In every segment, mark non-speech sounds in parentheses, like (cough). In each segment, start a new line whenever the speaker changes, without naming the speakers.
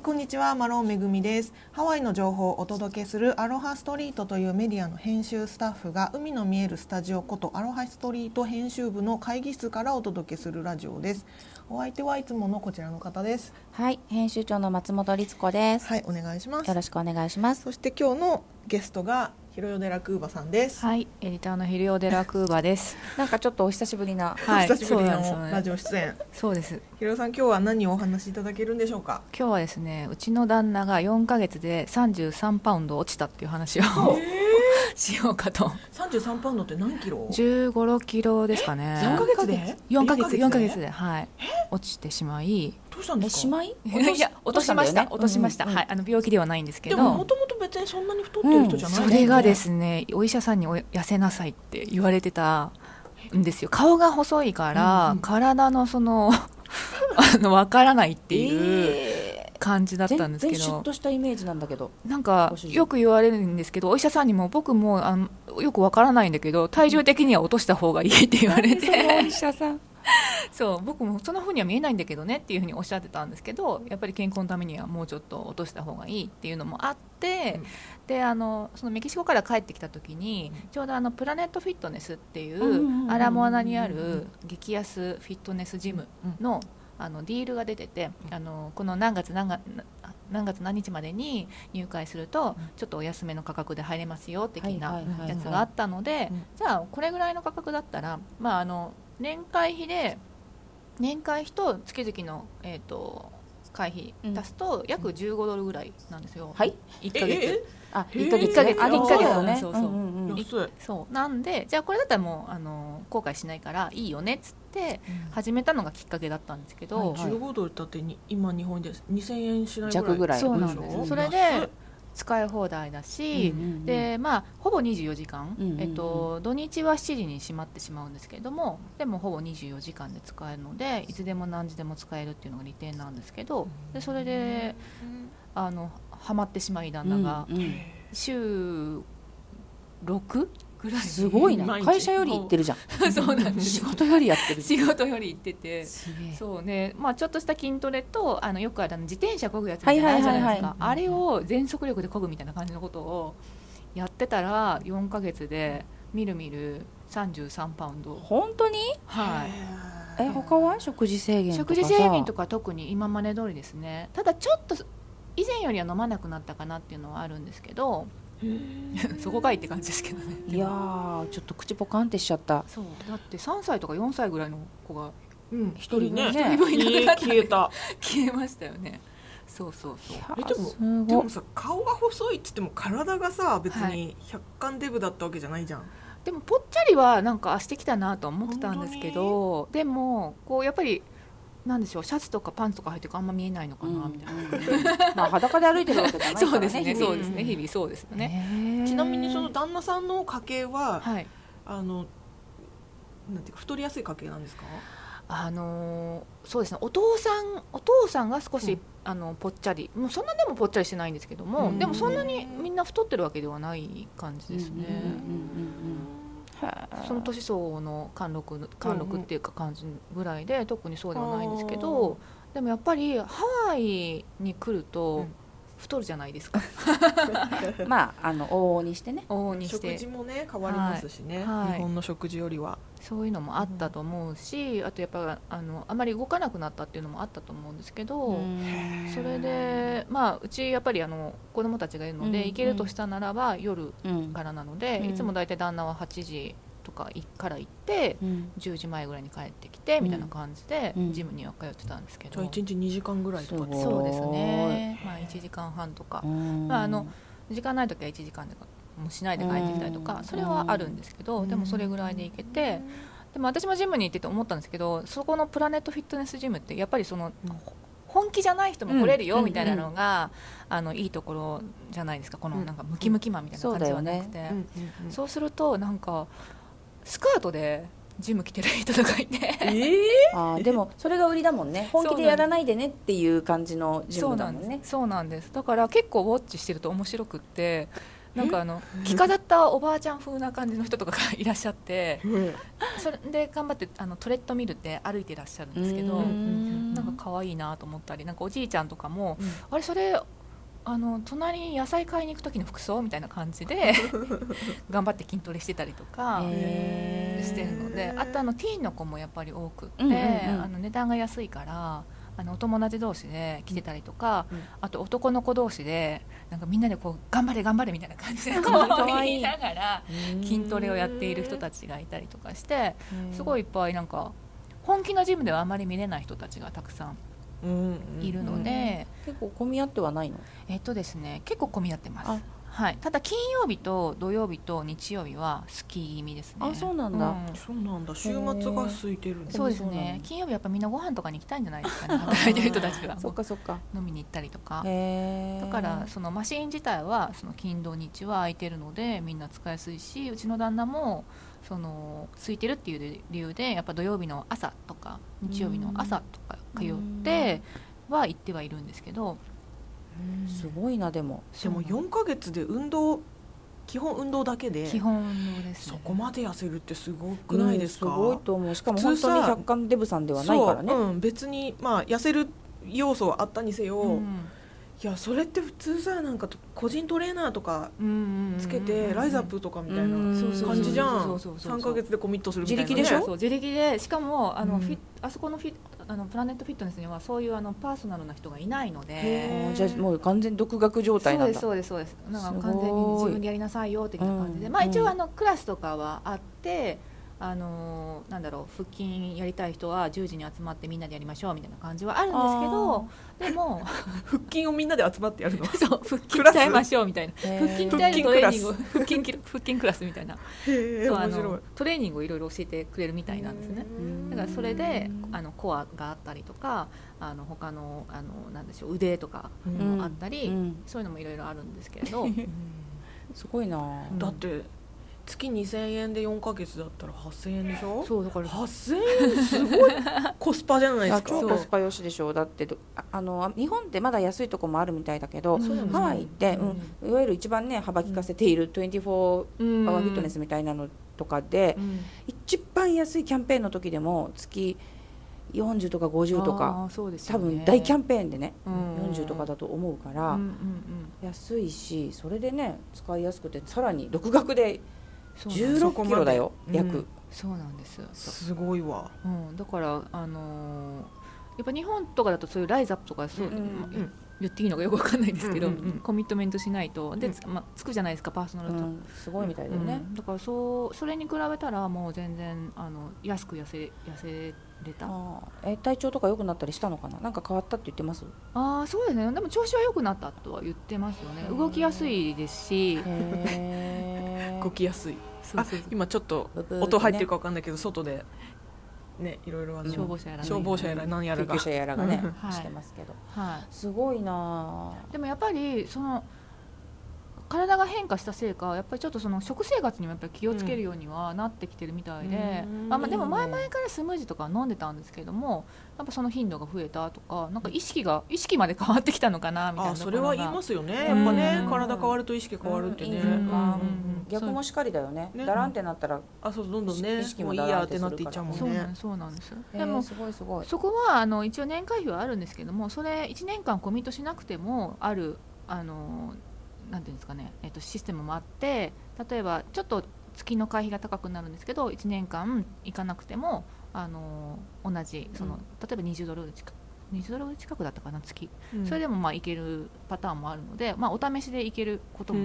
こんにちはマロンめぐみですハワイの情報をお届けするアロハストリートというメディアの編集スタッフが海の見えるスタジオことアロハストリート編集部の会議室からお届けするラジオですお相手はいつものこちらの方です
はい、編集長の松本律子です。
はいお願いしま
よ
す
ろしくお願いします。
そして今日のゲストがひろよでらくーばさんです、
はい、エディターのヒルオデラクーバです。 (laughs)
なんかちょっとお久しぶりな。
はい、
久しぶり
そうなんですよ
の
ね
ラジオ出演
そうです。
ひろよさん今日は何をお話しいただけるんでしょうか
今日はですね、うちの旦那が4ヶ月で33パウンド落ちたっていう話を (laughs) しようかと。
33パウンドって何キロ
15、6キロですかね。
三ヶ月で
4ヶ月、
四
4
ヶ
ヶ
月
月
で
で、はい。落ちてしまい。
どうしたんで
え、
す
し
か
まい。。
(laughs) いや、落としました。落としました。はいい、あの病気ではないんですけ
でもも
ど。
ともと別にそんなに太ってる人じゃない、
それがですね、お医者さんにお痩せなさいって言われてたんですよ。顔が細いか
うん
ら、
うん
体のその、 (laughs) あの、わからないっていう。
え
感じだ
ー
ったんです
全
け
然シュッ
ど
としたイメージなんだけ
(laughs)
ど。
なんか
ご主人
よく言われるんですけどお医者さんにも僕もあのよくわからないんだけど体重的には落とした方がいいって言われ
(laughs)
て
お医者さん。
そう僕もそんな風には見えないんだけどねっていうふうにおっしゃってたんですけどやっぱり健康のためにはもうちょっと落とした方がいいっていうのもあって、
うん
であのそのメキシコから帰ってきた時にちょうどあのプラネットフィットネスってい
うんうんうんうんうん
うアラモアナにある激安フィットネスジムのあのディールが出てて
うん
あのこの何月何月何月何日までに入会すると
うん
ちょっとお安めの価格で入れますよ的な
はいはいはい
やつがあったので、
うん
じゃあこれぐらいの価格だったら、まあ、あの年会費で年会費と月々の、えー、と会
う
費
ん
足すと約15ドルぐらいなんですよ、
はい。
一
え
1ヶ月
え
あ、
へー
一ヶ月ね。
一ヶ月
あ、
一
ヶ月
そうだね。
そうそう
うんうんうん
安い
そうなんでじゃあこれだったらもうあの後悔しないからいいよねっつって始めたのがきっかけだったんですけど、
はい
15ドルだってに今日本円です2000円しないぐらい
弱ぐらい。
そうなんです
そう
それ
安い
で使い放題だし、
うんうんうん
でまあ、ほぼ24時間、
うんうんうん
えっと、土日は7時に閉まってしまうんですけれどもでもほぼ24時間で使えるのでいつでも何時でも使えるっていうのが利点なんですけどでそれであのハマってしまい旦那が
うんうん
週6ぐらい
すごいな。
毎日
会社より行ってるじゃん。
(laughs) そうなんです
仕
よ
事よりやってる。
仕事より行ってて
すげえ
そうね、まあ、ちょっとした筋トレとあのよくあるあの自転車こぐやつみたいなのあるじゃないです
はい
かあれを全速力でこぐみたいな感じのことをやってたら4か月でみるみる33パウンド、
本当に？
は
へー
え、他は食事制
い、
限とか
食
さ
事制限とか特に今まで通りですねただちょっと以前よりは飲まなくなったかなっていうのはあるんですけどそこがいいって感じですけどね
いやー、ちょっと口ポカンってしちゃった。
そうだって3歳とか4歳ぐらいの子が (laughs)
うん
一
一
人
人ね
ね
一人いなくなった
消え
(laughs)
た
消えましたよねそうそうそう
は
えでも
すごい
でもさ顔が細いっつっても体がさ別
は
に百貫デブだったわけじゃないじゃん、
でもぽっちゃりはなんかあしてきたなとは思ってたんですけどでもこうやっぱりなんでしょうシャツとかパンツとか履いてるからあんま見えないのかなみたいな、
うんまあ裸で歩いてるわけじゃないからね。
そうですね
日々
そうですね日々そうですよね、
ね
ちなみにその旦那さんの家系は、
はい
あのなんていうか太りやすい家系なんですか
あのーそうですねお父さんお父さんが少し、
うん
あのぽっちゃりもうそんなでもぽっちゃりしてないんですけども、
うん
でもそんなにみんな太ってるわけではない感じですね、
うん
その年相応の貫禄の貫禄っていうか感じぐらいで、特にそうではないんですけどでもやっぱりハワイに来る
う
と
ん
太るじゃないですか
まああの往々にしてね。
(laughs) 往々にし
食
て
事もね変わりますしね、
はいはい
日本の食事よりは、
そういうのもあったと思うし、あとやっぱあのあまり動かなくなったっていうのもあったと思うんですけど、それでまあうちやっぱりあの子供たちがいるので、
うん
行けるとしたならば夜
うん
からなので、
うん
いつも大体旦那は8時とかいから行って
うん
10時前ぐらいに帰ってきてみたいな感じで、
うん
ジムには通ってたんですけ
じ
ど、
ゃあ1日2時間ぐらいとかですす
ごい
そうですね、まあ、1時間半とかまああの時間ない時は1時間でもうしないで帰ってきたりと
う
か
ん
それはあるんですけどでもそれぐらいで行けてでも私もジムに行ってて思ったんですけどそこのプラネットフィットネスジムってやっぱりその
うん
本気じゃない人も来れる
う
よ
ん
みたいなのがあのいいところじゃないですかこのなんかムキムキマンみたいな感じではなくて
うんうんうん
そうするとなんかスカートでジム着てる人とかいて。
ええ
あーでもそれが売りだもん
(laughs)
ね。本気でやらないでねっていう感じのジムだもんね。
そうなんですそうなんですだから結構ウォッチしてると面白くってなんかあの着飾ったおばあちゃん風な感じの人とかがいらっしゃってそれで頑張ってあのトレッドミルって歩いていらっしゃるんですけど
うん
なんか可愛いなと思ったりなんかおじいちゃんとかもあれそれあの隣に野菜買いに行く時の服装みたいな感じ
(laughs)
で頑張って筋トレしてたりとか。
へー
してるのであとあのティーンの子もやっぱり多くって、
うんうんうん
あの値段が安いからあのお友達同士で来てたりとか、
うん
あと男の子同士でなんかみんなでこう頑張れ頑張れみたいな感じでこ
か (laughs)
う
わいい
言いながら筋トレをやっている人たちがいたりとかしてすご
い、
いいっぱいなんか本気のジムではあまり見れない人たちがたくさんいるので、
うん結構混み合ってはないの
えっとですね結構混み合ってます
あ。
はい、ただ金曜日と土曜日と日曜日はスキー気味ですね。
あそうなんだ
うんそうなんだ週末が空いてるんだ
そうです
そうなんだ
ね金曜日やっぱみんなご飯とかに行きたいんじゃないですか
(laughs)
ね働いてる人たちが
そっかそっか
飲みに行ったりとか
へー
だからそのマシーン自体はその金土日は空いてるのでみんな使いやすいしうちの旦那もその空いてるっていう理由でやっぱ土曜日の朝とか日曜日の朝とか通っては行ってはいるんですけど
うん
すごいなでも
でも
そう
4ヶ月で運動基本運動だけで
基本のです
そ
ね
こまで痩せるってすごくないですか、
うんすごいと思うしかも
普通
本
さ
当に百貫デブさんではないからね
そう、うん、別にまあ痩せる要素はあったにせよ、
うん
いやそれって普通さなんか個人トレーナーとか
うんうんうんうん
つけて、ライズアップとかみたいな
うん
そうそうそう
感じじゃん、
そうそうそうそう
3ヶ月でコミットするみたいな、ね、
自力でしょ
そう自力でしかもあの、
うん
フィあそこのフィあのプラネットフィットネスにはそういうあのパーソナルな人がいないの
へー
で
あーじゃあもう完全に独学状態
そう
なん
で
だ
すそうですそうですなんか
すご
完
い
全に自分でやりなさいよ的な感じで、
うん
まあ一
うん
応あのクラスとかはあってあのーなんだろう腹筋やりたい人は10時に集まってみんなでやりましょうみたいな感じはあるんですけどでも
(laughs)
腹筋をみんなで集まってやるの
そう腹筋
クラス
鍛えましょうみたいな
へー
腹筋鍛えるトレーニングを腹筋き腹筋クラスみたいな
へえ
そうあ
面白い
のトレーニングをいろいろ教えてくれるみたいなんですね。だからそれであ
の
のコアがあったりとかあの他のあのなんでしょう腕とか
うん
もあったり、
うん
そういうのもいろいろあるんですけれど
(laughs) すごいな
うん
だって月2000円で4ヶ月だったら8000円でしょ
そうだから
8000円す
(laughs)
ごいコスパじゃないです
あ
か
超
そう
コスパ良しでしょうだってどああの日本ってまだ安いとこもあるみたいだけど、
うん
そうなんですか
ハワイって、
うん
うんいわゆる一番ね幅利かせている24アワーフィットネスみたいなのとかで、
うん
一番安いキャンペーンの時でも月40とか50とか、
あーそうです
多
よね
分大キャンペーンでね、
うん
40とかだと思うか
う
ら、
んうんうん
安いしそれでね使いやすくてさらに独学で
そうなんです
そこま
16キ
で
ロだよ
うん
約、
そうなんです
すごいわ
うん、だからあのーやっぱ日本とかだとそういうライズアップとかそう、
うんうん
言っていいのかよくわかんないですけど、
うんうんうん
コミットメントしないとで、
うん
つまあ、つくじゃないですかパーソナ
う
ルと
んすごいみたいだよね
う、んだからそうそれに比べたらもう全然あの安く痩せ痩せれたあ
あーえ体調とか良くなったりしたのかななんか変わったって言ってます
あーそうですねでも調子は良くなったとは言ってますよね
うん
動きやすいですし
(laughs) へ
動きやすい
そう
あ
そうそう
今ちょっと
ブブーってね
音入ってるかわかんないけど外でねいろいろあの
消防車やらない
消防車やら何やら
救
が
急車やらがね、
はい
してますけど
は
すごいなあ
い、でもやっぱりその体が変化したせいかやっぱりちょっとその食生活にもやっぱり気をつけるようにはなってきてるみたいで、
うん
あまあ、でも
いいね
前々からスムージーとかは飲んでたんですけれどもやっぱその頻度が増えたとかなんか意識が意識まで変わってきたのかなみたいな
あそれは言いますすよねやっぱね
うん
体変わると意識変わるってね
うんいい
うんう
循
んう
環
ん
逆もしかりだよね
ね
だらんってなったら、
あそうどんどんね
意識
も
も
ういい
だら
や
ん
っ
って
て
する
な
か
っ
ら
ていっちゃうも
そうんなんで
ね
すそうなんです
え
で
ー
も
すごいすごい
そこはあの一応年会費はあるんですけどもそれ1年間コミットしなくてもあるあのなんていうんですかね、えっと、システムもあって例えばちょっと月の会費が高くなるんですけど1年間行かなくてもあの同じそ
う
の、
ん
例えば20ドル近く。20ドル近くだったかな月、
うん
それでもまあ行けるパターンもあるので、まあ、お試しで行けることも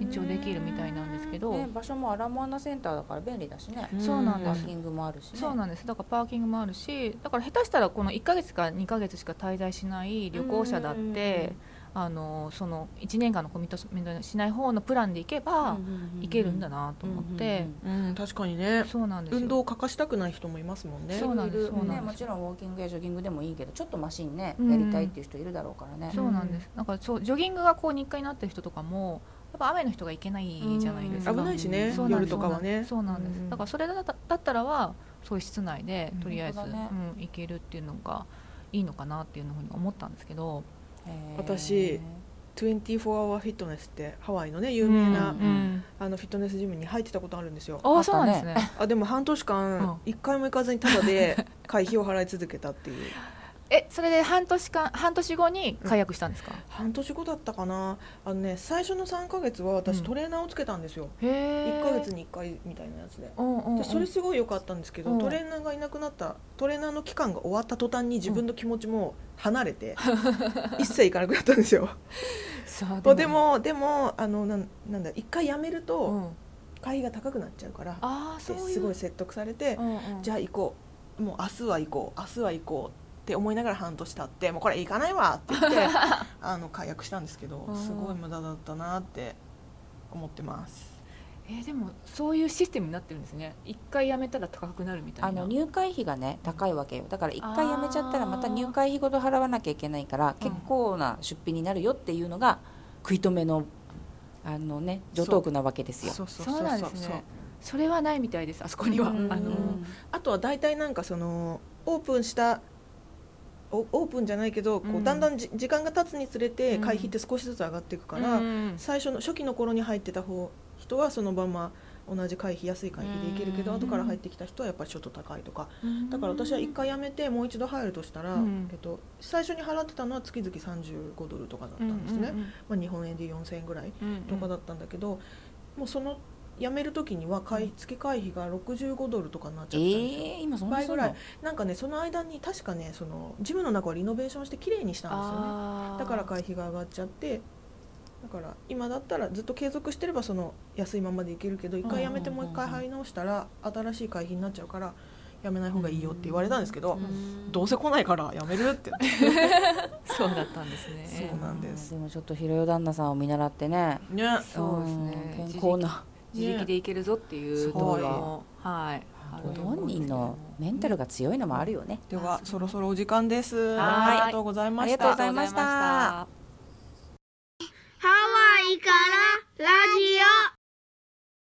一応できるみたいなんですけど、
ね、場所もアラモアナセンターだから便利だしね
うん
そうなん
パ
で
ー
す
キングもあるし、ね、
そうなんですだからパーキングもあるしだから下手したらこの1ヶ月か2ヶ月しか滞在しない旅行者だっ
うんうん
てあのその1年間のコミットメントしない方のプランで行けば行
行
けるんだなと思って、
うん確かにね
そうなんですよ
運動を欠かしたくない人もいますもんね
そうなんですそうな
ね、
ん
も
です
ちろんウォーキングやジョギングでもいいけどちょっとマシンね
うん
やりたいっていう人いるだろうからね、
そうなんですだからそうジョギングがこう日課になってる人とかもやっぱ雨の人が行けないじゃないですか、
うん危ないしね
そうなんです
夜とかはね
そうなんです
うん
だからそれだっただったらはそういう室内でとりあえず、
う
うんん
本当だね
行けるっていうのがいいのかなっていうふうに思ったんですけど
へー
私24 hour フィットネスってハワイのね有名な、
うん
あのフィットネスジムに入ってたことあるんですよ
ああそうなんで
(laughs)
すね
あでも半年間一回も行かずにタダで会費を払い続けたっていう
えそれで半年間半年後に解約したんですか、
半年後だったかなあのね最初の3ヶ月は私
うん
トレーナーをつけたんですよ、
へ
1
え
ヶ月に1回みたいなやつで
うんうんうん、
でそれすごい良かったんですけど、
うん
トレーナーがいなくなったトレーナーの期間が終わった途端に自分の気持ちも離れて、
(laughs)
一切行かなくなったんですよ
そう
まあでもでもあのなんなんだ一回やめる
う
と
ん、
会費が高くなっちゃうから、っ
ああそ
て
ういう
すごい説得されて、
うんうん、
じゃあ行こうもう明日は行こう明日は行こうって思いながら半年経ってもうこれ行かないわって言って
(laughs)
あの解約したんですけど
うん
すごい無駄だったなって思ってます
えーでもそういうシステムになってるんですね一回やめたら高くなるみた
あ
いな
の入会費がね高いわけよだから一回やめちゃったらまた入会費ごと払わなきゃいけないから
うん
結構な出費になるよっていうのが食い止めのあのね上等句なわけですよ。
う
そうなんですねそれはないみたいですあそこには、
うん
あ
う
の
ん
あとは大体なんかそのオープンしたオオープンじゃないけどこ
う
うんだんだんじ時間が経つにつれて
うん
会費って少しずつ上がっていくから、
うん
最初の初期の頃に入ってた方人はそのまま同じ会費安い会費でいけるけど、
うん
後から入ってきた人はやっぱりちょっと高いとか
うん
だから私は1回やめてもう一度入るとしたら、
うん
えっと、最初に払ってたのは月々35ドルとかだったんですね、
うんうん
まあ、日本円で4000円ぐらい
うんうん
とかだったんだけど、もうその辞める時には会月会費が65ドルとかになっち
え
ゃったんですよ。
ー、今そんな
倍
す
ぐ
ん
ら
の
いなんかねその間に確かねそのジムの中をリノベーションして綺麗にしたんですよね
あー
だから会費が上がっちゃってだから今だったらずっと継続してればその安いままでいけるけど一回やめてもう一回入り直したら新しい会費になっちゃうからやめない方がいいよって言われたんですけど、
うん
どうせ来ないからやめるって言っ
(laughs)
て
そうだったんですね
そうなんです
でもちょっとひろよ旦那さんを見習ってね
ね
そうですね
うん健康な
自力でいけるぞっていうところも、はいあると思うん
本
ですけ
人
ど
の
も
メンタルが強いのもあるよね。
ではそろそろお時間です
はい
ありがとうございま
あり
し
がとう
た
ございました
ありがとうございました